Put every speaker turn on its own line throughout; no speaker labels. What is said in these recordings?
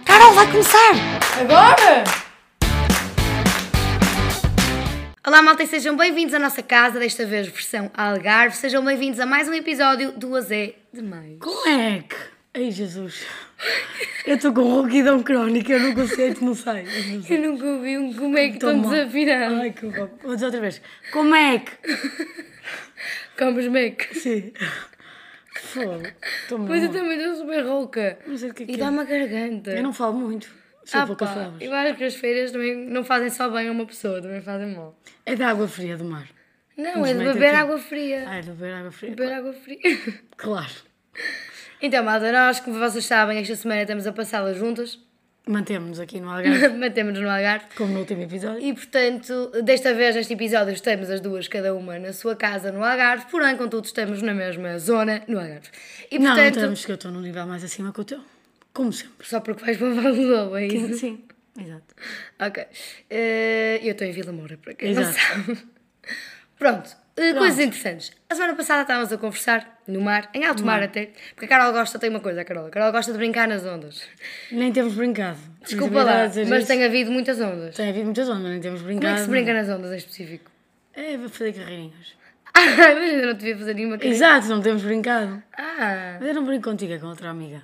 Então vai começar!
Agora?
Olá malta e sejam bem-vindos à nossa casa, desta vez versão Algarve. Sejam bem-vindos a mais um episódio do Azé de Maio.
Como é que? Ai Jesus! Eu estou com rouquidão crónica, eu não consigo, não sei. eu não sei.
Eu nunca ouvi um como é que
Tô
estão
mal.
desafinados.
Ai que bom. Vou dizer outra vez. Como é que?
Comes Mac.
Sim. Fogo. Estou mal.
Mas eu também estou super rouca.
Não sei o que é
E
que
dá
é.
uma garganta.
Eu não falo muito. Sou
ah,
pouca
pá,
falas.
Eu acho que as feiras também não fazem só bem a uma pessoa, também fazem mal.
É da água fria do mar.
Não,
Nos
é de
mete
beber
aqui.
água fria.
Ai, não beber água fria.
Beber água fria.
Claro.
então, malta, nós, como vocês sabem, esta semana estamos a passá-la juntas.
Mantemos-nos aqui no Algarve,
Matemos no Algarve.
como no último episódio.
E portanto, desta vez, neste episódio, estamos as duas, cada uma na sua casa no Algarve, porém, contudo, estamos na mesma zona no Algarve. E
Não, não
portanto,
estamos, que eu estou num nível mais acima que o teu. Como sempre.
só porque vais para Valdoa, é isso?
Sim. Exato.
Ok. Eh, eu estou em Vila Moura, para quem
Exato.
não sabe. Pronto. eh, Coisas interessantes. A semana passada estávamos a conversar no mar, em alto mar até, porque a Carol gosta, tem uma coisa, a Carol. A Carol gosta de brincar nas ondas.
Nem temos brincado.
Desculpa lá,
Dizer
mas
isso.
tem havido muitas ondas.
Tem havido muitas ondas, nem temos brincado.
Como é que se brinca nas ondas em específico?
É, vou fazer carreirinhas.
Ah, mas eu não devia fazer nenhuma coisa.
Exato, não temos brincado.
Ah!
Mas eu não brinco contigo, é com outra amiga.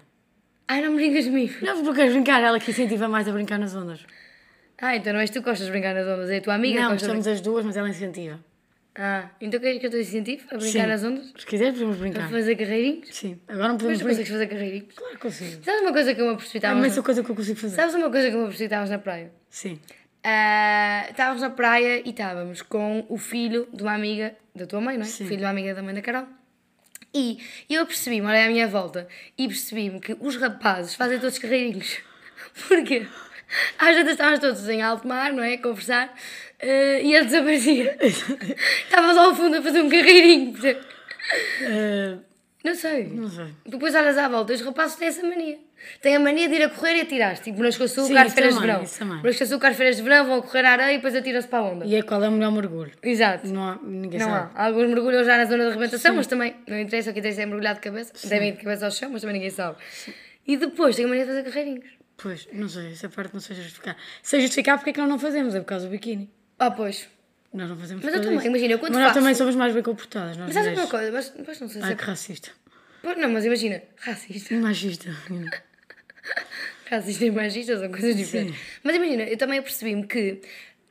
Ai, não brincas comigo.
Não, porque queres brincar, ela que incentiva mais a brincar nas ondas.
Ah, então não és tu que gostas de brincar nas ondas, é a tua amiga
não,
que gosta de
estamos as duas, mas ela incentiva.
brincar. Ah, então queres que eu te incentivo a brincar
Sim. Ah.
nas ondas?
Se quiseres, podemos
A
brincar.
fazer carreirinhos?
Sim, agora não
Mas
podemos
tu
brincar.
consegues fazer carreirinhos?
Claro que consigo.
Sabes uma coisa que eu me apercebi?
É a
Estávamos
mesma
na-
coisa que eu consigo fazer.
Sabes uma coisa que eu me apercebi? Estávamos na praia.
Sim.
Ah, estávamos na praia e estávamos com o filho de uma amiga da tua mãe, não é?
Sim.
Filho de uma amiga da mãe da Carol. E eu percebi-me, olhei à minha volta e percebi-me que os rapazes fazem todos carreirinhos. Porquê? Às vezes estávamos todos em alto mar, não é? A conversar eh, e ele desaparecia. Estavas ao fundo a fazer um carreirinho. percebe?
Eh,
Não sei.
não sei.
Depois olhas à volta, os rapazes têm essa mania. Têm a mania de ir a correr e atirar-se. Tipo, nas com
Sim,
açúcar,
isso
feiras de
também,
verão.
isso é também.
Nas com açúcar, feiras de verão, vão correr à areia e depois atiram-se para a onda.
E é qual é o melhor mergulho?
Exato. Não,
Não há, ninguém
há.
sabe.
Alguns mergulham já na zona de arrebentação, mas também não interessa o que interessa é mergulhar de cabeça. Devem ir de cabeça ao chão, mas também ninguém sabe. E depois têm a mania de fazer carreirinhos.
Pois, não sei, essa parte não sei é justificar. Sei justificar porque é que nós não fazemos, é por causa do biquíni.
Ah, pois.
Nós não fazemos
Mas
por causa
eu também,
disso.
imagina, eu quando
Mas nós
faço-
também somos mais bem comportadas. Nós
Mas sabes
mulheres.
uma coisa? Mas, mas não sei se
Ai,
é...
que racista.
Pô, Não, mas imagina, racista.
Machista.
Racista e machista são coisas diferentes. Mas imagina, eu também apercebi-me que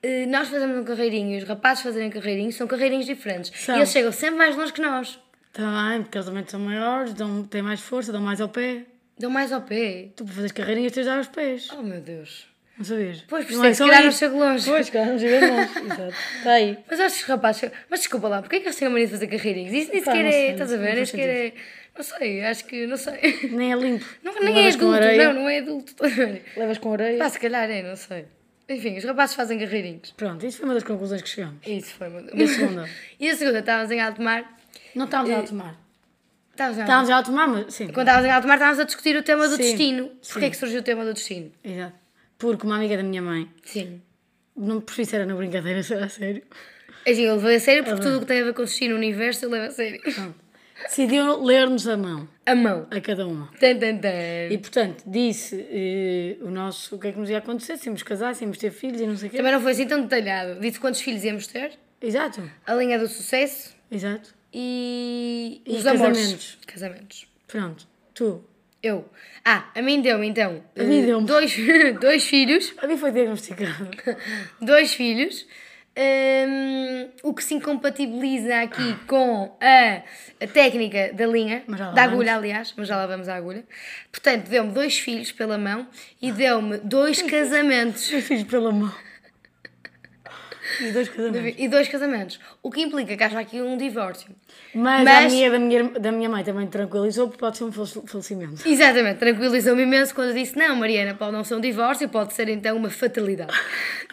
eh, nós fazemos um carreirinho e os rapazes fazerem carreirinho são carreirinhos diferentes.
São.
E eles chegam sempre mais longe que nós.
Está Tá bem, porque eles também são maiores, dão, têm mais força, dão mais ao pé.
Dão mais ao pé.
Tu para fazer carreirinhas tens de dar aos pés.
Oh meu Deus.
Não sabias?
Pois, por
não
isso é que se calhar não
isso.
chego longe.
Pois, calhar não chega longe. Exato. Está aí.
Mas acho que os rapazes. chegam- Mas desculpa lá, porquê é que eles têm a mania de fazer carreirinhos? Isso nem
Pá,
sequer
não
é.
sei,
Estás a
não
ver? Nem
faz
sequer é. Não sei, acho que. Não sei.
Nem é limpo.
Não, nem é
Levas com
adulto,
areia.
não, não é adulto. estás a ver?
Levas com areia.
Pá, se calhar é, não sei. Enfim, os rapazes fazem carreirinhos.
Pronto, isso foi uma das conclusões que chegamos.
Isso foi, meu Deus.
E a segunda?
E a segunda, estávamos em alto mar.
Não estávamos a tomar.
Estávamos em alto mar.
Estávamos a tomar, mas sim.
Quando estávamos em Alto Mar, estávamos a discutir o tema do
Sim,
destino. Porquê
sim.
é que surgiu o tema do destino?
Exato. Porque uma amiga da minha mãe,
Sim.
não por isso era na brincadeira, será a sério,
Assim, eu levei a sério
É
porque tudo o que tem a ver com o destino no universo eu levo a sério.
decidiu ler-nos a mão,
A mão.
a cada uma.
Tan, tan, tan.
E portanto, disse eh, o nosso, o que é que nos ia acontecer, se íamos casar, se íamos ter filhos e não sei o quê.
Também não foi assim tão detalhado. Disse quantos filhos íamos ter,
Exato,
a linha do sucesso
exato.
e,
E
os
casamentos.
amores. Casamentos.
Pronto, tu.
Eu. Ah, a mim deu-me então.
A mim
eh,
deu-me.
Dois, dois filhos.
A mim foi diagnosticado.
Dois filhos. hum, o que se incompatibiliza aqui com a, a técnica da
Ah.
linha,
Mas já lá
da
vamos.
agulha, aliás, mas já lá vamos à agulha. Portanto, deu-me dois filhos pela mão e deu-me dois casamentos.
Dois filhos pela mão. E dois casamentos.
E dois casamentos. O que implica que haja aqui um divórcio.
Mas,
Mas-
a minha da, minha da minha mãe também tranquilizou porque pode ser um fale- falecimento.
Exatamente, tranquilizou-me imenso quando eu disse: Não, Mariana, pode não ser um divórcio, pode ser então uma fatalidade.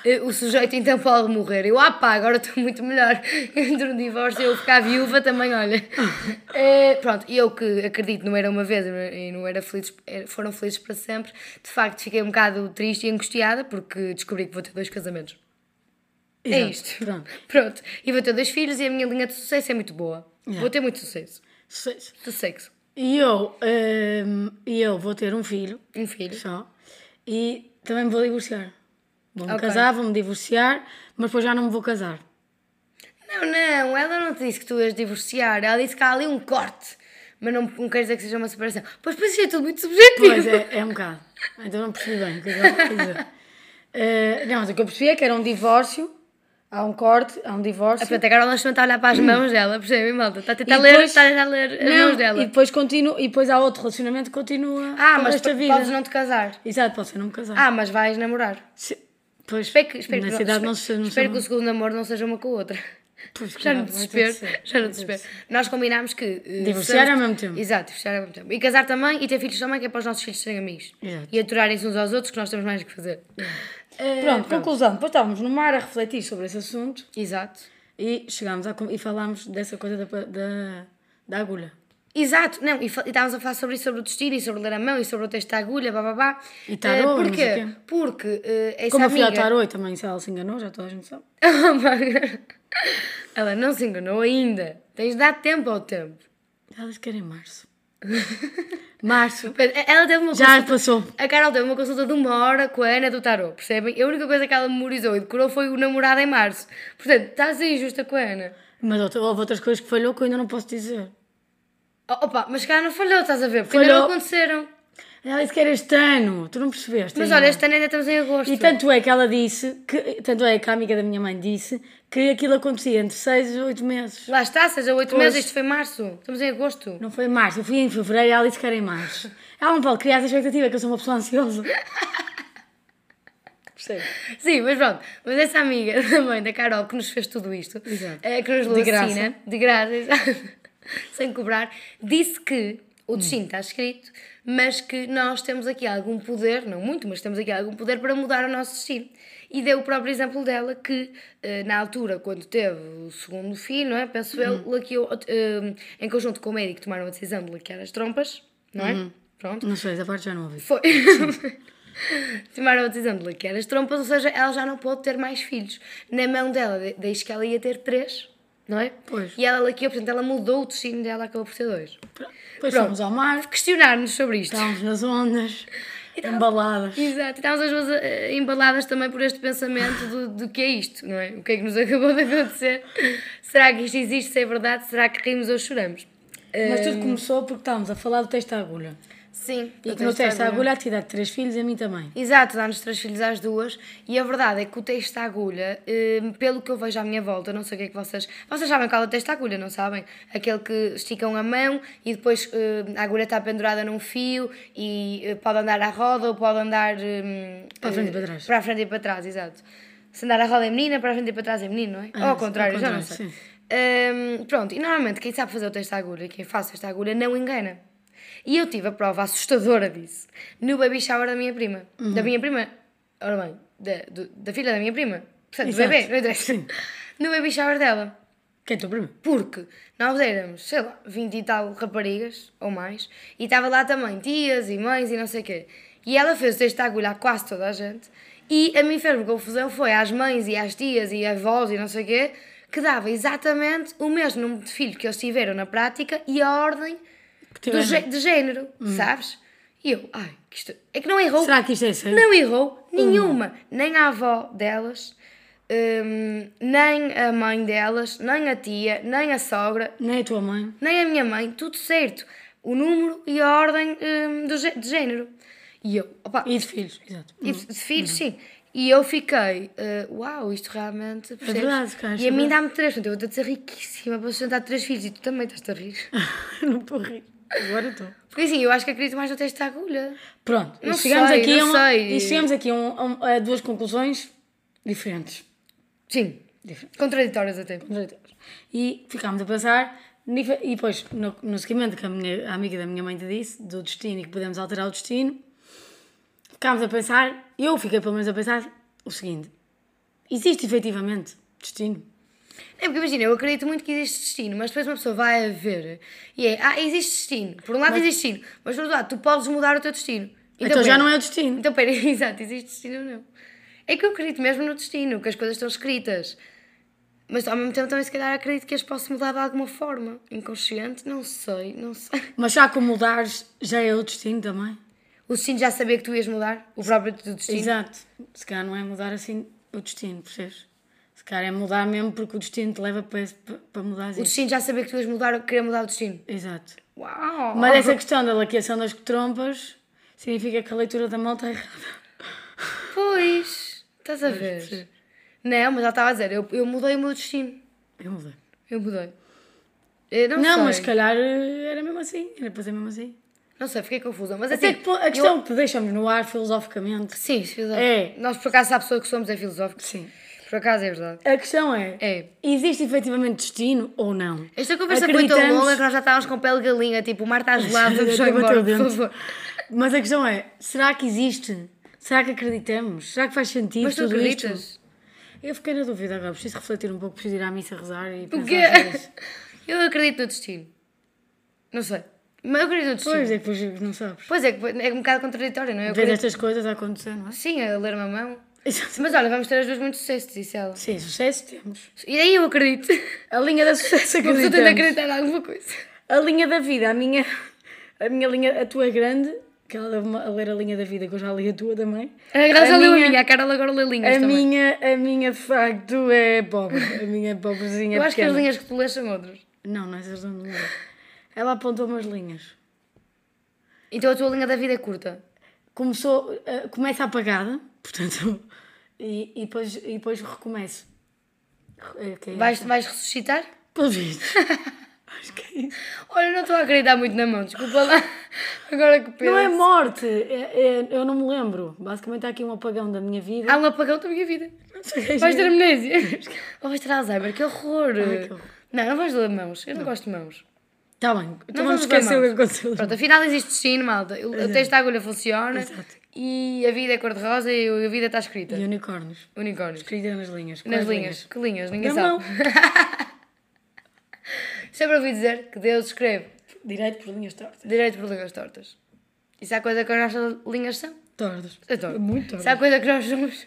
Eh, O sujeito então pode morrer. Eu, ah pá, agora estou muito melhor. Entre um divórcio e eu ficar viúva também, olha. Eh, Pronto, e eu que acredito, não era uma vez e não era felizes, era- foram felizes para sempre, de facto fiquei um bocado triste e angustiada porque descobri que vou ter dois casamentos. É
Exato.
isto.
Pronto.
Pronto, e vou ter dois filhos e a minha linha de sucesso é muito boa.
Yeah.
Vou ter muito sucesso.
Seis.
De sexo.
E eu, ehm, e eu vou ter um filho
Um filho.
só. E também me vou divorciar. Vou-me
Ok.
casar, vou-me divorciar, mas depois já não me vou casar.
Não, não, ela não te disse que tu ias divorciar. Ela disse que há ali um corte. Mas não, não quer dizer que seja uma separação. Pois, pois isso é tudo muito subjetivo.
Pois é, é um bocado. Então não percebi bem o que é que ela quis dizer. Eh, não, mas o que eu percebi é que era um divórcio, há um corte, há um divórcio.
Portanto, a Carola Schmidt está a olhar para as mãos dela, percebem, malta? Está a tentar
E
ler,
depois-
está a tentar ler as
Não,
mãos dela.
E depois, continua, e depois há outro relacionamento que continua
Ah,
para
mas
esta
tu
vida.
podes não te casar.
Exato, posso eu não me casar.
Ah, mas vais namorar.
Se- Pois,
Espero que, espero
na
que não-
cidade não se
espero,
não se
espero que
chama-
o segundo namoro não seja uma com a outra.
Pois,
Já
claro,
no
vai ter de
desespero,
ser,
já no
vai ter de
desespero.
ser.
Nós combinámos que... eh,
Divorciar
se-
ao mesmo tempo.
Exato, divorciar ao mesmo tempo. E casar também e ter filhos também, que é para os nossos filhos serem amigos.
Exato.
E aturarem-se uns aos outros, que nós temos mais o que fazer. Eh,
Pronto, conclusão. Depois estávamos no mar a refletir sobre esse assunto
Exato.
e chegámos à, con- e falámos dessa coisa da, pa- da, da agulha.
Exato, não, e fa- e estávamos a falar sobre isso, sobre o destino, e sobre ler a mão, e sobre o texto da agulha, bababá.
E tarô, não
Eh, porquê?
sei o quê.
Porque eh, essa
Como a
amiga...
filha tarô e também se ela se enganou, já toda a gente sabe.
Oh, my God. Ela não se enganou ainda. Tens de dar tempo ao tempo.
Ela disse que era em março. março.
Mas e- Ela teve uma
Já
consulta...
passou.
A Carol teve uma consulta de uma hora com a Ana do Tarô, percebem? A única coisa que ela memorizou e decorou foi o namorado em março. Portanto, estás aí justa com a Ana.
Mas outra- houve outras coisas que falhou que eu ainda não posso dizer.
Oh, opa, mas cá não falhou, estás a ver? Porque ainda
Falhou.
não aconteceram.
Ela disse que era este ano. Tu não percebeste.
Mas
ainda.
olha, este ano ainda estamos em agosto.
E tanto é que ela disse, que, tanto é que a amiga da minha mãe disse, que aquilo acontecia entre 6 e 8 meses.
Lá está, seja oito
Pois.
meses, isto foi março. Estamos em agosto.
Não foi em março, eu fui em fevereiro e ela disse que era em março. Ela não pode criar essa expectativa que eu sou uma pessoa ansiosa. Percebe?
Sim, mas pronto. Mas essa amiga da mãe da Carol que nos fez tudo isto,
Exato.
é, que nos
De graça.
lancina, de graça, exato, sem cobrar, disse que
Hum.
o destino está escrito, mas que nós temos aqui algum poder, não muito, mas temos aqui algum poder para mudar o nosso destino. E deu o próprio exemplo dela que, eh, na altura, quando teve o segundo filho, não é? Penso
Hum.
eu, laqueou, eh, em conjunto com o médico, tomaram a decisão de laquear as trompas, não é?
Hum.
Pronto.
Não sei, essa parte já não ouvi.
Foi. Tomaram a decisão de laquear as trompas, ou seja, ela já não pôde ter mais filhos. Na mão dela, de- diz que ela ia ter três, não é?
Pois.
E ela laqueou, portanto, ela mudou o destino dela, acabou por ter dois.
Depois
Pronto.
fomos ao mar,
Questionar-nos sobre isto.
estávamos nas ondas,
tá.
embaladas.
Exato, estávamos às vezes eh, embaladas também por este pensamento do, do que é isto, não é? O que é que nos acabou de acontecer? Será que isto existe? Se é verdade? Será que rimos ou choramos? Eh,
Mas tudo começou porque estávamos a falar do teste da agulha.
Sim.
E
eu
que no
tenho
teste da
agora.
agulha a te dá três filhos e a mim também.
Exato, dá-nos três filhos às duas. E a verdade é que o texto da agulha, hum, pelo que eu vejo à minha volta, não sei o que é que vocês. Vocês sabem qual é o texto da agulha, não sabem? Aquele que esticam a mão e depois hum, a agulha está pendurada num fio e eh, pode andar à roda ou pode andar. hum,
Para a frente e
eh,
para trás.
Para a frente e para trás, exato. Se andar à roda é menina, para a frente e para trás é menino, não é? ou ao
Ah, ao
contrário, já não
contrário,
sei.
sim.
Hum, pronto, e normalmente quem sabe fazer o texto da agulha, quem faz o texto da agulha, não engana. E eu tive a prova assustadora disso no baby shower da minha prima.
Uhum.
Da minha prima, ora bem, da, do- da filha da minha prima. Portanto, do
Exato.
bebê, não interessa.
Sim.
No baby shower dela.
Quem é teu primo?
Porque nós éramos, sei lá, 20 e tal raparigas ou mais, e estava lá também tias e mães e não sei o quê. E ela fez o texto da agulha a quase toda a gente, e a minha ferme confusão foi às mães e às tias e avós e não sei o quê, que dava exatamente o mesmo número de filhos que eles tiveram na prática e a ordem
Que
do
tiveram.
gé- de género, sabes? E eu, ai, que isto... é que não errou.
Será que isto é sério?
Não errou nenhuma.
Hum.
Nem a avó delas, hum, nem a mãe delas, nem a tia, nem a sogra,
Nem a tua mãe.
nem a minha mãe. Tudo certo. O número e a ordem hum, do gé- de género. E eu, opa,
E de hum, filhos, exato.
e de de filhos, sim. E eu fiquei, eh, uau, isto realmente. percebes?
verdade, cara,
E
é
a mim dá-me três, portanto, eu vou-te ser riquíssima para sustentar três filhos e tu também estás a rir.
não estou a rir. Agora estou.
Porque assim, eu acho que acredito mais no texto da agulha.
Pronto, e
Não
chegamos
sei,
aqui, a
não
uma-
sei.
e chegamos aqui a, um- a um- a duas conclusões diferentes.
Sim, contraditórias até.
E ficámos a pensar, nife- e depois, no, no seguimento que a, minha, a amiga da minha mãe te disse, do destino e que podemos alterar o destino, ficámos a pensar, eu fiquei pelo menos a pensar o seguinte: existe efetivamente destino?
É porque imagina, eu acredito muito que existe destino, mas depois uma pessoa vai a ver e é, ah, existe destino. Por um lado existe destino, mas por outro lado, tu podes mudar o teu destino.
Então, já
pera.
não é o destino.
Então pera, exato, existe destino ou não. É que eu acredito mesmo no destino, que as coisas estão escritas. Mas ao mesmo tempo também se calhar acredito que as posso mudar de alguma forma. Inconsciente, não sei, não sei.
Mas já que o mudares já é o destino também?
O destino já sabia que tu ias mudar? O próprio do destino?
Exato. Se calhar não é mudar assim o destino, percebes? Se calhar é mudar mesmo porque o destino te leva para, esse- para- para mudar
O
isso.
destino já sabia que tu ias mudar, queria mudar o destino.
Exato.
Uau!
Mas essa questão da laqueação das trompas significa que a leitura da malta é errada.
Pois, estás a ver? Não, mas ela estava a dizer, eu, eu mudei o meu destino.
Eu mudei.
Eu mudei. Eu não,
Não,
sei.
mas se calhar eh, era mesmo assim. Era para ser mesmo assim.
Não sei, fiquei confusa. Mas
Até
assim,
que po- a questão que deixamos no ar filosoficamente.
Sim, filosófico.
É.
Nós por acaso há pessoa que somos é filosófico.
Sim.
Por acaso é verdade.
A questão é,
É.
existe efetivamente destino ou não?
Esta conversa foi tão
Acreditamos-
longa que nós já estávamos com pele de galinha, tipo, Marta está gelado, vamos só
Até bateu
embora,
o dente.
por favor.
Mas a questão é, será que existe? Será que acreditamos? Será que faz sentido
Mas tu
tudo isto?
acreditas?
Eu fiquei na dúvida agora, preciso refletir um pouco, preciso ir à missa rezar e pensar
quê?
sobre isso.
Eu acredito no destino. Não sei. Mas eu acredito no destino.
Pois
Pois,
é, que depois não sabes.
é, que é um bocado contraditório, não é? Eu
Vês
acredito.
estas coisas a acontecer, não é?
Sim, a ler uma mão.
Exato.
Mas olha, vamos ter as duas muito sucesso, disse ela.
Sim, sucesso temos.
E daí eu acredito.
A linha da sucesso
Uma pessoa tem de
acreditamos.
acreditar em alguma coisa.
A linha da vida, a minha, a minha linha, a tua é grande, que ela deve a ler a linha da vida, que eu já li a tua também.
A Graça leu a
minha-
minha, a Carol agora lê linhas
A
também.
minha, a minha de facto é pobre. A minha é pobrezinha.
eu acho que as
pequena.
linhas que tu lês são outras.
Não, não é essas não lembro. Ela apontou umas linhas.
Então a tua linha da vida é curta.
Começou, eh, começa apagada, portanto, e, e depois, e depois recomeço. Eh, que é
Vais,
essa?
vais ressuscitar?
Pelo visto. Acho que é isso.
Olha, não estou a acreditar muito na mão, desculpa lá. Agora que penso.
Não é morte, é- é- eu não me lembro. Basicamente há aqui um apagão da minha vida.
Há um apagão da minha vida.
Não sei o que é
Vais
isso.
ter amnésia. Ou vais ter Alzheimer, que horror.
Ai, que horror.
Não, não vais ler mãos. Eu não, gosto de mãos.
Tá bem, então vamos
vamos
esquecer o que
amar.
aconteceu.
Pronto, afinal existe destino, malta. O, o texto da agulha funciona.
Exato.
E a vida é cor-de-rosa e a vida está escrita.
E unicórnios.
Unicórnios.
Escrita nas linhas.
Nas
Quais
linhas. Que linhas? Ninguém
Na
sabe. Sempre ouvi dizer que Deus escreve
Direito por linhas tortas.
direito por linhas tortas. Isso é a coisa que as nossas linhas são.
Tortas.
É torta.
Muito tortas.
Se há coisa que nós somos,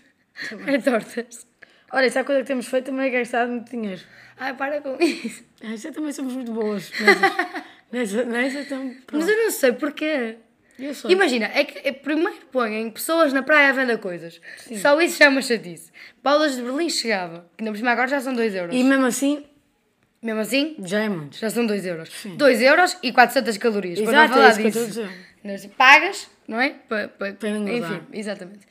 é tortas.
Olha, essa coisa que temos feito também é gastar muito dinheiro.
Ai, para com isso.
Ah, isso também somos muito boas. nessas. nessa, nessa estamos.
Mas eu não sei porquê.
Eu sou.
Imagina, é que é, primeiro põem pessoas na praia a vender coisas. Só isso já é uma chatice. Paulas de Berlim chegava, que na próxima agora já são 2 euros.
E mesmo assim,
Mesmo assim,
já é muito.
já são 2 euros. 2 euros e 400 calorias. para não
Exato, é
falar
isso que eu estou a
disso.
dizer.
Mas pagas, não é? Para, para,
Para engordar.
enfim, exatamente.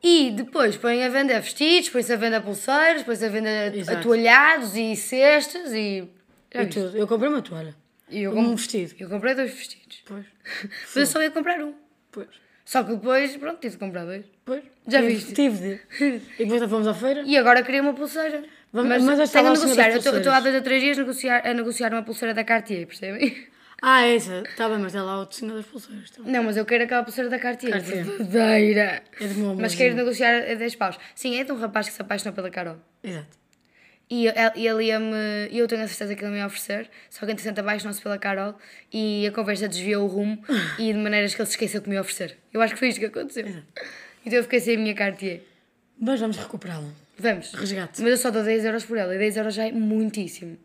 E depois põem a vender vestidos, põem-se a vender pulseiras, põem-se a vender
Exato. É
atualhados e cestas e. Já
E
viste?
tudo. Eu comprei uma toalha.
E eu,
Um
com-
vestido.
eu comprei dois vestidos.
Pois.
Mas eu só ia comprar um.
Pois.
Só que depois, pronto, tive de comprar dois.
Pois.
Já
Tive-
viste?
Tive de. E depois fomos à feira.
E agora queria uma pulseira.
Vamos-
mas,
mas eu
tenho
estava
a
ao senhor
negociar.
das
Eu tô- eu estou há
pulseiras.
dois ou três dias a negociar, a negociar uma pulseira da Cartier, percebem?
Ah, essa. Está bem, mas está lá o tecido das pulseiras. tá bem.
Não, mas eu quero aquela pulseira da Cartier.
Cartier.
Verdadeira.
É de meu
Mas
amorzinho.
quero negociar a 10 paus. Sim, é de um rapaz que se apaixona pela Carol.
Exato.
E eu- e ele ia-me. e Eu tenho a certeza que ele me ia oferecer, só que entretanto abaixou-se pela Carol e a conversa desviou o rumo e de maneiras que ele se esqueceu que me ia oferecer. Eu acho que foi isto que aconteceu.
É.
Então eu fiquei sem a minha Cartier.
Mas vamos recuperá-la.
Vamos.
Resgate.
Mas eu só dou 10 euros por ela e 10 euros já é muitíssimo.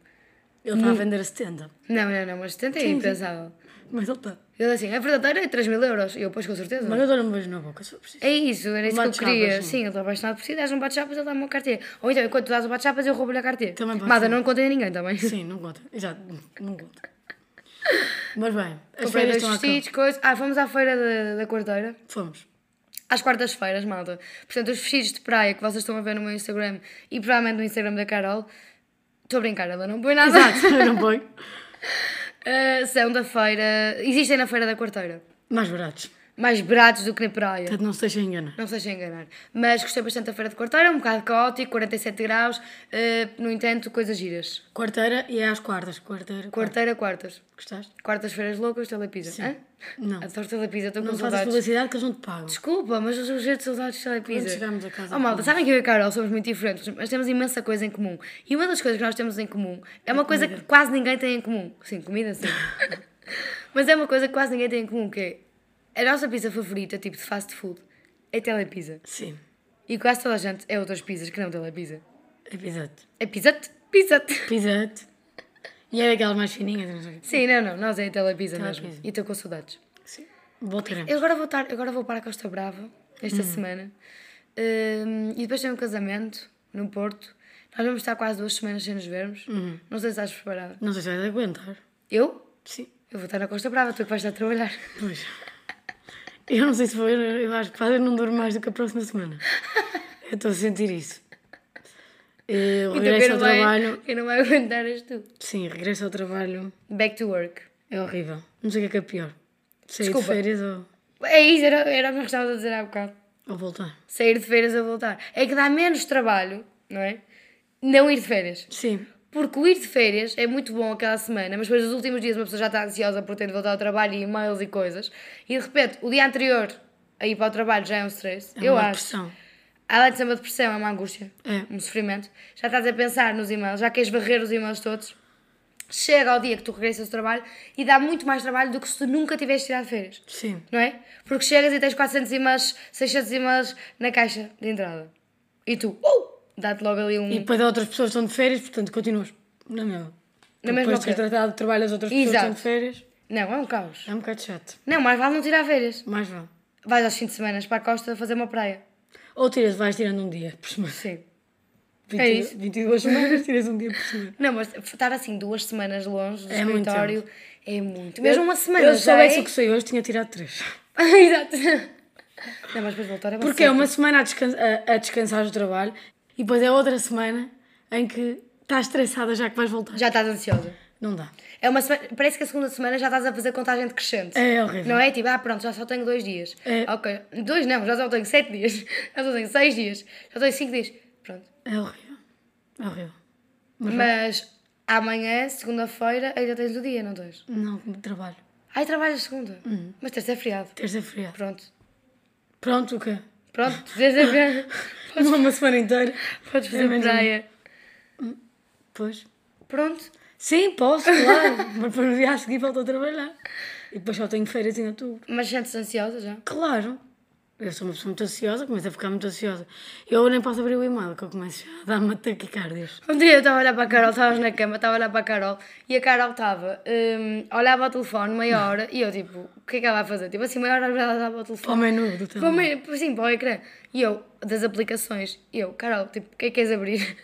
Ele
Hum.
está a vender a 70.
Não, não, não, mas 70 é
Sim, sim.
impensável.
Mas ele está.
Ele assim, é verdadeira, é 3 mil euros. E eu, pois, com certeza.
Mas eu dou-lhe um beijo na boca, se for preciso.
É isso, era isso que eu
bate-chapas,
queria.
não. é?
Sim, ele está apaixonado por si, dás um bate-chapas, ele dá-me uma carteira. Ou então, enquanto tu dás o bate-chapas, eu roubo-lhe a carteira.
Também pode
Mada,
ser.
não contem a ninguém tá também.
Sim, não conta. Exato, não conta. Mas bem, as
Comprei
férias
dois
estão a acabar.
vestidos, coisas. Ah, fomos à feira da, da quarteira.
Fomos.
Às quartas-feiras, malta. Portanto, os vestidos de praia que vocês estão a ver no meu Instagram e provavelmente no Instagram da Carol. Estou a brincar, ela não põe nada.
Exato, não põe.
Ah, são da feira. Existem na feira da quarteira.
Mais baratos.
Mais baratos do que na praia.
Portanto, não se deixem enganar.
Não se deixem enganar. Mas gostei bastante da feira de quarteira, um bocado caótico, 47 graus. ah, no entanto, coisas giras.
Quarteira e é às quartas. Quarteira. quarta.
Quarteira, quartas.
Gostaste?
Quartas-feiras loucas, telepisa. Hã?
Não.
Adoro telepisa, estou com
Não fazes
saudades.
publicidade que eles não te pagam.
Desculpa, mas eu sou cheia de saudades de telepisa.
Quando chegarmos a casa,
Oh, malta, sabem que eu e a Carol somos muito diferentes, mas temos imensa coisa em comum. E uma das coisas que nós temos em comum é uma coisa que quase ninguém tem em comum. Sim, comida sim. mas é uma coisa que quase ninguém tem em comum, que é a nossa pizza favorita, tipo de fast food, é telepisa.
Sim.
E quase toda a gente é outras pizzas que não telepisa.
É pisate.
É pizza-te, pizza-te.
Pisate. E é daquelas mais fininhas, não sei o quê.
Sim, não, não, nós é a Telepisa mesmo.
Telepisa.
E estou com saudades.
Sim. Voltaremos.
Eu agora vou, estar, agora vou para a Costa Brava esta semana. Hum, e depois tenho um casamento no Porto. Nós vamos estar quase duas semanas sem nos vermos. Não sei se estás preparada.
Não sei se vais aguentar.
Eu?
Sim.
Eu vou estar na Costa Brava, tu é que vais estar a trabalhar.
Pois. Eu não sei se vou, eu eu acho que quase não durmo mais do que a próxima semana. Eu estou a sentir isso. Eu
Então, quem
regresso ao
não vai-
é trabalho.
Quem não vai aguentar és tu.
Sim, regresso ao trabalho
Back to work.
é horrível. Não sei o que é que é pior. Sair de
Desculpa.
férias ou,
É isso, era, era o que eu estava a dizer há bocado.
ou voltar.
Sair de férias a voltar. É que dá menos trabalho, não é? Não ir de férias.
Sim.
Porque o ir de férias é muito bom aquela semana, mas depois dos últimos dias uma pessoa já está ansiosa por ter de voltar ao trabalho e e-mails e coisas. E de repente, o dia anterior a ir para o trabalho já é um stress.
É
eu
uma
acho.
pressão.
Além de ser uma depressão, é uma angústia.
É.
Um sofrimento. Já estás a pensar nos e-mails, já queres varrer os e-mails todos. Chega ao dia que tu regressas ao trabalho e dá muito mais trabalho do que se tu nunca tivesse tirado férias.
Sim.
Não é? Porque chegas e tens 400 e-mails, 600 e-mails na caixa de entrada. E tu, uh, dá-te logo ali um...
E depois outras pessoas estão de férias, portanto continuas na mesma.
Na mesma
depois de ter
coisa.
tratado de trabalho as outras pessoas
Exato.
estão de férias,
Não, é um caos.
é um bocado chato.
Não, mais vale não tirar férias.
Mais vale.
Vais aos fins de semana para a costa fazer uma praia.
Ou tiras, vais tirando um dia por semana.
Sim.
20,
É isso.
22 semanas, tiras um dia por semana.
Não, mas estar assim duas semanas longe do
É muito
escritório é muito. Mesmo uma semana
Eu se
já
soubesse
é...
o que sei hoje, tinha tirado três.
Exato. Não, mas depois voltar é uma
Porque é uma semana a, descan- a- a descansar do trabalho e depois é outra semana em que estás estressada já que vais voltar.
Já estás ansiosa.
Não dá.
É uma semana... Parece que a segunda semana já estás a fazer contagem decrescente.
É horrível.
Não é? Tipo, ah, pronto, já só tenho dois dias.
É.
Ok. Dois não, já só tenho sete dias. Já só tenho seis dias. Já só tenho cinco dias. Pronto.
É horrível. É horrível.
Mas amanhã, segunda-feira, ainda tens o dia, não tens?
Não, como trabalho.
Ai, trabalhas segunda.
Hum.
Mas terça é feriado.
Terça é feriado.
Pronto.
Pronto, o quê?
Pronto, desde que
Não, uma semana inteira.
podes fazer
É mesmo.
praia.
Pois.
Pronto.
Sim, posso, claro. Mas depois no dia a seguir volto a trabalhar. E depois só tenho férias em outubro.
Mas sentes ansiosa já?
Claro. Eu sou uma pessoa muito ansiosa, começo a ficar muito ansiosa. Eu nem posso abrir o e-mail, que eu começo já a dar-me taquicardias.
Um dia eu estava a olhar para a Carol, estavas na cama, estava a olhar para a Carol e a Carol estava, hum, olhava ao telefone meia hora e eu tipo, o que é que ela vai fazer? Tipo assim, meia hora ela estava ao
Para o
telefone.
menu do
Para o
telefone.
meio, sim, assim, para o ecrã. E eu, das aplicações, e eu, Carol, tipo, o que é que queres abrir?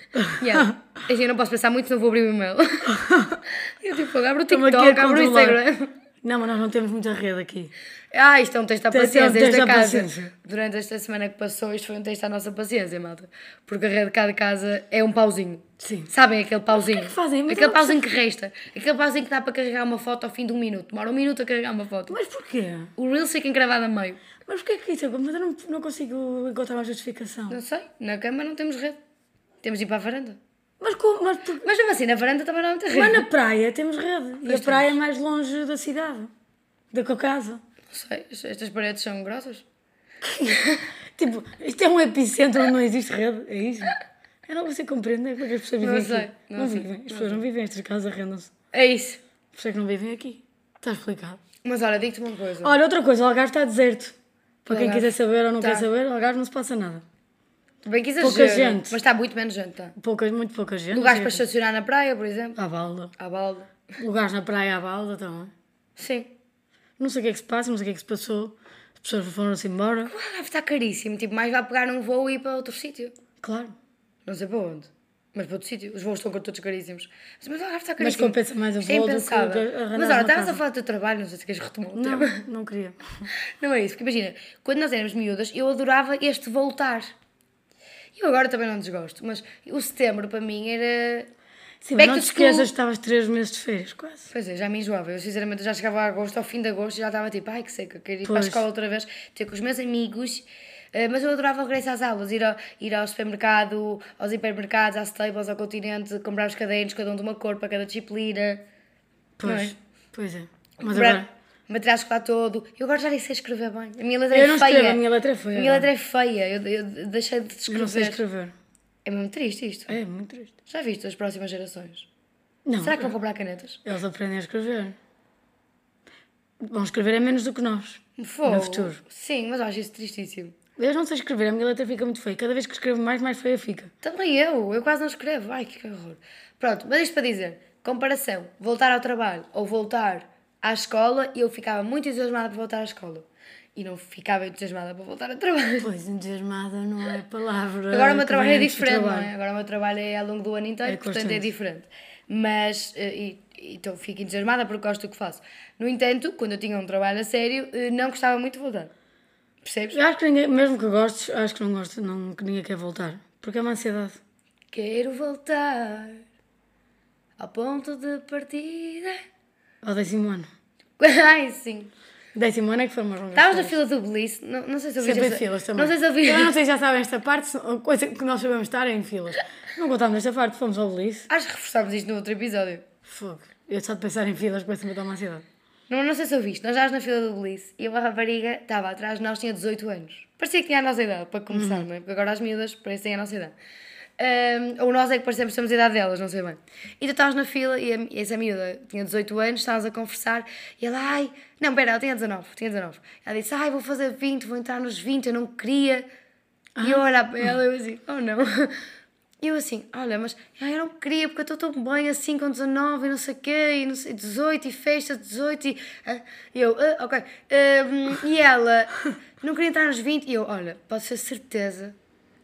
E ela, assim, eu não posso pensar muito, senão vou abrir o e-mail. E eu tipo, abro o
Estou-me aqui a
TikTok, abro o
controlar.
Instagram.
Não, mas nós não temos muita rede aqui.
Ah, isto é um teste à
Teste-
paciência,
é um
esta
teste à
casa.
paciência.
Durante esta semana que passou, isto foi um teste à nossa paciência, malta. Porque a rede de cada casa é um pauzinho.
Sim.
Sabem aquele pauzinho?
que fazem? Mas
Aquele
não-
pauzinho que resta. Aquele pauzinho que dá para carregar uma foto ao fim de um minuto. Demora um minuto a carregar uma foto.
Mas porquê?
O Reels fica encravado a meio.
Mas porquê que isso? é- Mas eu não, não consigo encontrar uma justificação.
Não sei, na cama não temos rede. Temos de ir para a varanda.
Mas como? Mas, por...
Mas mesmo assim, na varanda também não há muita rede.
mas na praia temos rede. E a praia é mais longe da cidade. Da que a casa.
Não sei, estas paredes são grossas.
Tipo, isto é um epicentro onde não existe rede, é isso? Eu não consigo compreender como é que as pessoas
Não
vivem
sei,
aqui.
não
Não,
sei,
vivem. As pessoas não vivem, estas casas arrendam-se.
É isso.
Por isso é que não vivem aqui. Está explicado.
Mas olha, digo-te uma coisa.
Olha, outra coisa, o Algarve está deserto. Para quem
Algarve.
quiser saber ou não
Tá.
quer saber, o Algarve não se passa nada.
Bem que exagero.
Oh, pouca gente.
Mas está muito menos gente, tá?
Poucas, muito pouca gente.
Lugares
não
para
sei
estacionar na praia, por exemplo.
o quê. À balda.
À balda.
Lugares na praia à balda também.
Sim.
Não sei o que é que se passa, não sei o que é que se passou. As pessoas foram-se embora.
O Algarve está caríssimo. Tipo, mais vai pegar um voo e ir para outro sítio.
Claro.
Não sei para onde. Mas para outro sítio. Os voos estão todos caríssimos. Mas, mas o Algarve está
Mas
caríssimo.
compensa mais o
Isto é
voo do que
impensável.
arranjar
Mas olha,
uma
estavas
casa.
a falar do teu trabalho. Não sei se queres retomar o
Não,
tema.
não queria.
Não é isso. Porque imagina, quando nós éramos miúdas, eu adorava este voltar. Eu agora também não desgosto. Mas o setembro para mim era...
Sim,
Back
mas não
to
te esqueças que
school.
estavas três meses de férias, quase.
Pois é, já me enjoava. Eu sinceramente já chegava a agosto, ao fim de agosto, e já estava tipo, ai que seca, quero ir para a
Pois.
escola outra vez, ter com os meus amigos. Eh, mas eu adorava o regresso às aulas, ir ao, ir ao supermercado, aos hipermercados, às tables, ao continente, comprar os cadernos, cada um de uma cor para cada disciplina.
Pois,
Não é?
pois é. Mas
comprar
agora.
Material escolar todo. Eu agora já nem sei escrever bem. A minha letra
Eu
é
não
feia.
escrevo, a minha letra é feia.
A minha letra é feia. Eu, eu deixei de
Eu
escrever.
não sei escrever.
É mesmo triste isto.
É muito triste.
Já viste as próximas gerações?
Não,
Será que vão comprar canetas?
eles aprendem a escrever. Vão escrever é menos do que nós.
Fogo.
futuro.
Sim, mas eu acho isso tristíssimo.
Eu não sei escrever, a minha letra fica muito feia. Cada vez que escrevo mais, mais feia fica.
Também eu, eu quase não escrevo. Ai, que horror. Pronto, mas isto para dizer, comparação, voltar ao trabalho ou voltar à escola e eu ficava muito entusiasmada para voltar à escola. E não ficava entusiasmada para voltar ao trabalho.
Pois, entusiasmada não é palavra.
Agora o meu
que
trabalho é
vem antes do
diferente,
trabalho.
não é? Agora o meu trabalho é ao longo do ano inteiro,
É
portanto é
constante.
diferente. Mas, eh, e, e então fico entusiasmada porque gosto do que faço. No entanto, quando eu tinha um trabalho a sério, eh, não gostava muito de voltar. Percebes?
Eu acho que ninguém, mesmo que gostes, acho que não gosto, não, que ninguém quer voltar. Porque é uma ansiedade.
Quero voltar ao ponto de partida.
Ao décimo ano.
Ai, sim.
Décimo ano é que foi mais longa.
Estavas na fila do Bliss, não, não sei se ouviste.
Sempre em
essa-
filas também. Ah,
Não sei se ouviste.
Eu não sei se já sabem esta parte, se- a coisa que nós sabemos estar é em filas. Não contámos esta parte, fomos ao Belize.
Acho que reforçámos isto no outro episódio.
Fogo. Eu só de pensar em filas começo-me a dar uma ansiedade.
Não, não sei se ouviste, nós estávamos na fila do Bliss e uma rapariga estava atrás de nós, tinha 18 anos. Parecia que tinha a nossa idade, para
Uhum.
começar, não é? Porque agora as miúdas parecem a nossa idade. Ahm, ou nós é que parecemos que temos a idade delas, não sei bem. E tu estavas na fila e, a- e essa miúda tinha 18 anos, estávamos a conversar e ela, ai, não, pera, ela tinha 19, tinha 19. Ela disse, ai, vou fazer 20, vou entrar nos 20, eu não queria. E
Ah.
eu olhar para ela e eu assim, oh não. E eu assim, olha, mas ai, eu não queria porque eu estou tão bem assim com 19 e não sei o quê, e não sei, 18 e festa, 18 e... ah, e eu, ah, ok. Ahm, e ela, não queria entrar nos 20 e eu, olha, posso ter certeza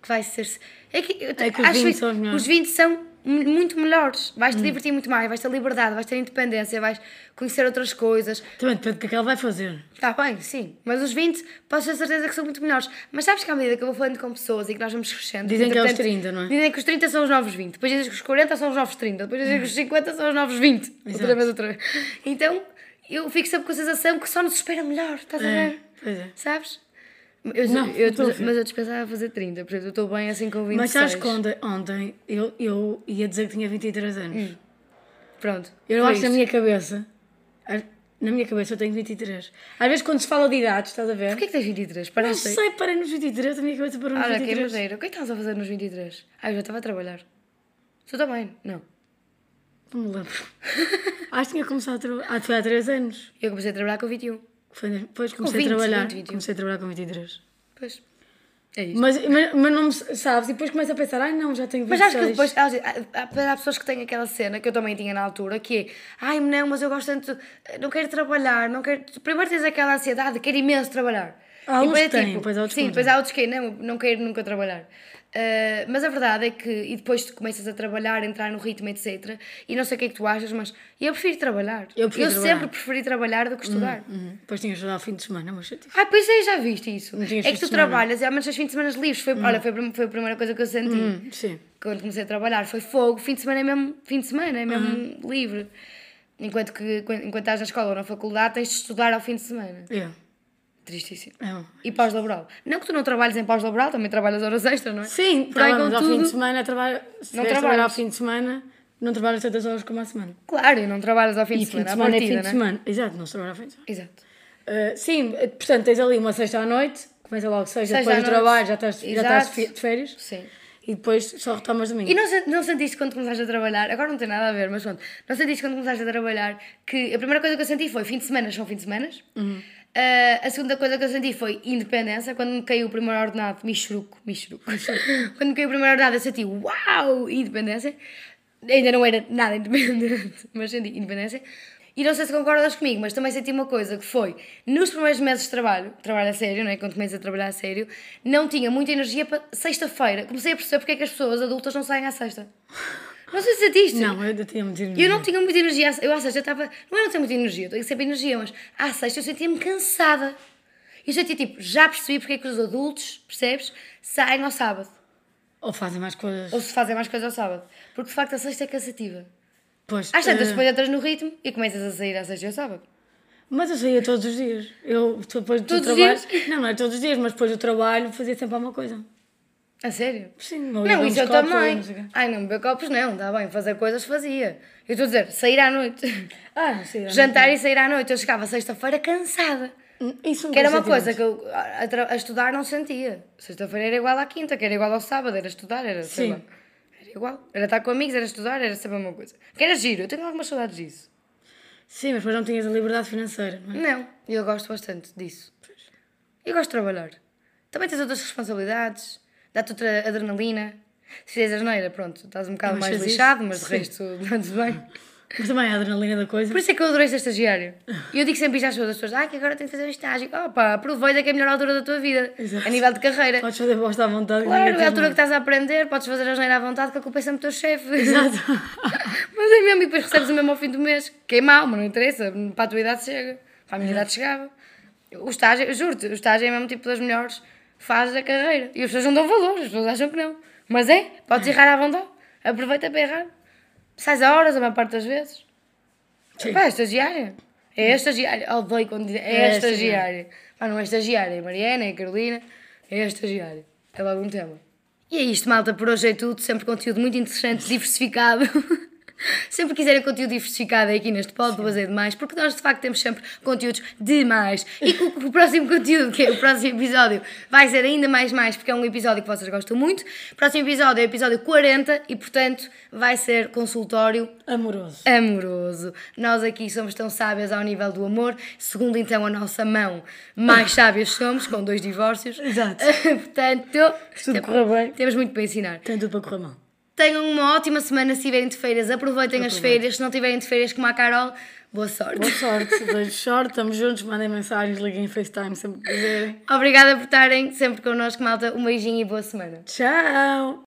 que vai ser... É que, eu,
É que os
acho
20 são os melhores. Hum.
os 20 são mu- muito melhores, vais-te divertir muito mais, vais ter liberdade, vais ter independência, vais conhecer outras coisas,
Também depende do que é que ela vai fazer.
Está Tá bem, sim. Mas os 20, posso ter certeza que são muito melhores. Mas sabes que à medida que eu vou falando com pessoas e que nós vamos crescendo...
Dizem que é os
entretanto,
30, não é?
Dizem que os 30 são os novos 20. Depois dizem que os 40 são os novos 30. Depois dizem que os 50 são os novos 20. Outra
Exato.
vez, outra vez. Então, eu fico sempre com a sensação que só nos espera melhor. Estás a
É,
ver?
pois é.
Sabes? Eu,
Não,
eu-
estou a ver.
mas eu dispensava fazer 30. Portanto, eu estou bem assim com 26.
Mas sabes que ontem, ontem eu, eu ia dizer que tinha 23 anos.
Pronto.
Eu
foi
acho que na
isto.
minha cabeça. Na minha cabeça eu tenho 23. Às vezes quando se fala de idades, estás a ver?
Porquê que tens 23?
não
Parece...
sei, parei nos 23, a minha cabeça parou nos
Ora, que
23.
madeira. O que é que estavas a fazer nos 23? Ah, eu já estava a trabalhar. Tu também? Não.
Não me lembro. Acho que tinha começado a trabalhar. Ah, foi há 3 anos.
Eu comecei a trabalhar com 21.
Foi, nas- depois comecei
20,
a trabalhar.
20, 21.
comecei a trabalhar com 23.
Pois. É isto.
Mas, mas, mas não me sabes, e depois começo a pensar, ai não, já tenho 26.
Mas acho que depois elas dizem- há, há- há pessoas que têm aquela cena que eu também tinha na altura, que é ai não, mas eu gosto tanto, eh, não quero trabalhar, não quero. Primeiro tens aquela ansiedade, quero imenso trabalhar.
Há
E
uns
depois é tipo,
que têm, depois há outros que
Sim,
não
depois
têm.
há outros que é, não, não quero nunca trabalhar. Ah, mas a verdade é que, e depois tu começas a trabalhar, entrar no ritmo, etc. E não sei o que é que tu achas, mas eu prefiro trabalhar.
Eu prefiro trabalhar.
sempre preferi trabalhar do que estudar.
Uhum. Depois tinha ajudar ao fim de semana, mas eu tive.
Ah, pois é, já viste isso.
Não
É
tinhas
que
fins de
tu
semana.
trabalhas, e ao menos as fins de semana livres. Foi, Olha, foi, a prim- foi a primeira coisa que eu senti
Hum, sim.
quando comecei a trabalhar. Foi fogo, fim de semana é mesmo fim de semana, é mesmo
Hum.
livre. Enquanto que quan- enquanto estás na escola ou na faculdade tens de estudar ao fim de semana.
Eu. é um.
Tristíssimo.
eu.
E pós-laboral. Não que tu não trabalhes em pós-laboral, também trabalhas horas extra, não é?
Sim,
Trai
trabalhamos ao fim
contudo.
de semana, trabalho, se
Não
não trabalhar ao
trabalhas.
fim de semana, não trabalhas tantas horas como à semana.
Claro, e não trabalhas ao fim
E
de
fim de
semana, à
semana é
partida,
fim de
não é?
semana. Exato, não se trabalha ao fim de semana.
Exato.
Uh, sim, portanto, tens ali uma sexta à noite, começa logo sexta,
Sexta
depois
à
do
noite.
trabalho, já estás, já estás de
Exato.
fe- de férias
Sim.
e depois só retomas domingo.
E não, sen- não sentiste quando começaste a trabalhar, agora não tem nada a ver, mas pronto, não sentiste quando começaste a trabalhar que a primeira coisa que eu senti foi fim de semana são fim de semana. a segunda coisa que eu senti foi independência. Quando me caiu o primeiro ordenado, me churuco, me churuco. quando me caiu o primeiro ordenado, eu senti uau, independência. Ainda não era nada independente, mas senti independência. E não sei se concordas comigo, mas também senti uma coisa que foi, nos primeiros meses de trabalho, trabalho a sério, não é? Quando começas a trabalhar a sério, não tinha muita energia para sexta-feira. Comecei a perceber porque é que as pessoas adultas não saem à sexta. Não sei se sentiste.
Não, eu ainda tinha muito
Eu não tinha muita energia. Eu, à sexta, estava. Não era ter muita energia, eu tenho sempre energia, mas à sexta eu sentia-me cansada. Eu sentia tipo, já percebi porque é que os adultos, percebes, saem ao sábado.
Ou fazem mais coisas.
Ou se fazem mais coisas ao sábado. Porque de facto a sexta é cansativa.
Pois,
Às tantas,
uh,
depois entras no ritmo e começas a sair à sexta e ao sábado.
Mas eu saía todos os dias. Eu depois do
Todos os
trabalho.
dias?
Não, não é todos os dias, mas depois do trabalho fazia sempre alguma coisa.
A sério?
Sim,
Não, isso eu também.
Não
Ai, não beber copos não, está bem, fazer coisas fazia. Eu estou a dizer, sair à noite.
ah, não sei.
Jantar e sair à noite. Eu chegava sexta-feira cansada.
Isso
Que era uma coisa que eu a, a tra- a estudar não sentia. Sexta-feira era igual à quinta, que era igual ao sábado, era estudar, era sei
Sim.
lá. Era igual. Era estar com amigos, era estudar, era sempre a mesma coisa. Que era giro, eu tenho algumas saudades disso.
Sim, mas depois não tinhas a liberdade financeira, não é?
Não, e eu gosto bastante disso. Eu gosto de trabalhar. Também tens outras responsabilidades, dá-te outra adrenalina. Se fizeres asneira, pronto, estás um bocado
Mas
mais
fazes isso?
lixado, mas de
Sim.
resto, está tudo bem.
Mas também a adrenalina da coisa.
Por isso é que eu adorei ser estagiário. E eu digo sempre isto às pessoas, as pessoas, ah, que agora tenho que fazer um estágio. Oh pá, aproveita que é a melhor altura da tua vida,
Exato.
a nível de carreira.
Podes fazer bosta à vontade.
é. Claro,
ninguém
é a
te
altura que
manda.
estás a aprender, podes fazer a geneira à vontade, que a culpa é sempre do teu chefe.
Exato.
mas é mesmo, e depois recebes o mesmo ao fim do mês, que é mau, mas não interessa, para a tua idade chega, para a minha idade chegava. O estágio, juro-te, o estágio é mesmo tipo das melhores fases da carreira. E as pessoas não dão valor, as pessoas acham que não. Mas é, podes errar à vontade, aproveita para errar. Sais a horas, a maior parte das vezes.
Sim. Hum.
Pá, é estagiária. É a estagiária. Odeio quando dizem é,
É
a
a
estagiária. Pá, não é estagiária. É Mariana, é Carolina. É a estagiária. É logo um tema. E é isto, malta. Por hoje é tudo. Sempre conteúdo muito interessante, diversificado. Sempre que quiserem conteúdo diversificado é aqui neste pod, vou fazer demais, porque nós de facto temos sempre conteúdos demais. E que o, o próximo conteúdo, que é o próximo episódio, vai ser ainda mais mais, porque é um episódio que vocês gostam muito. O próximo episódio é o episódio 40 e, portanto, vai ser consultório
Amoroso.
amoroso. Nós aqui somos tão sábias ao nível do amor, segundo então a nossa mão, mais sábias somos, com dois divórcios.
Exato.
Portanto,
Se tudo correr bem,
temos muito para ensinar.
tem tudo para correr mal.
Tenham uma ótima semana se estiverem de férias, aproveitem as férias. Se não tiverem de férias, como a Carol, boa sorte.
Boa sorte, beijo short, estamos juntos, mandem mensagens, liguem FaceTime sempre que quiserem.
Obrigada por estarem sempre connosco, malta. Um beijinho e boa semana.
Tchau!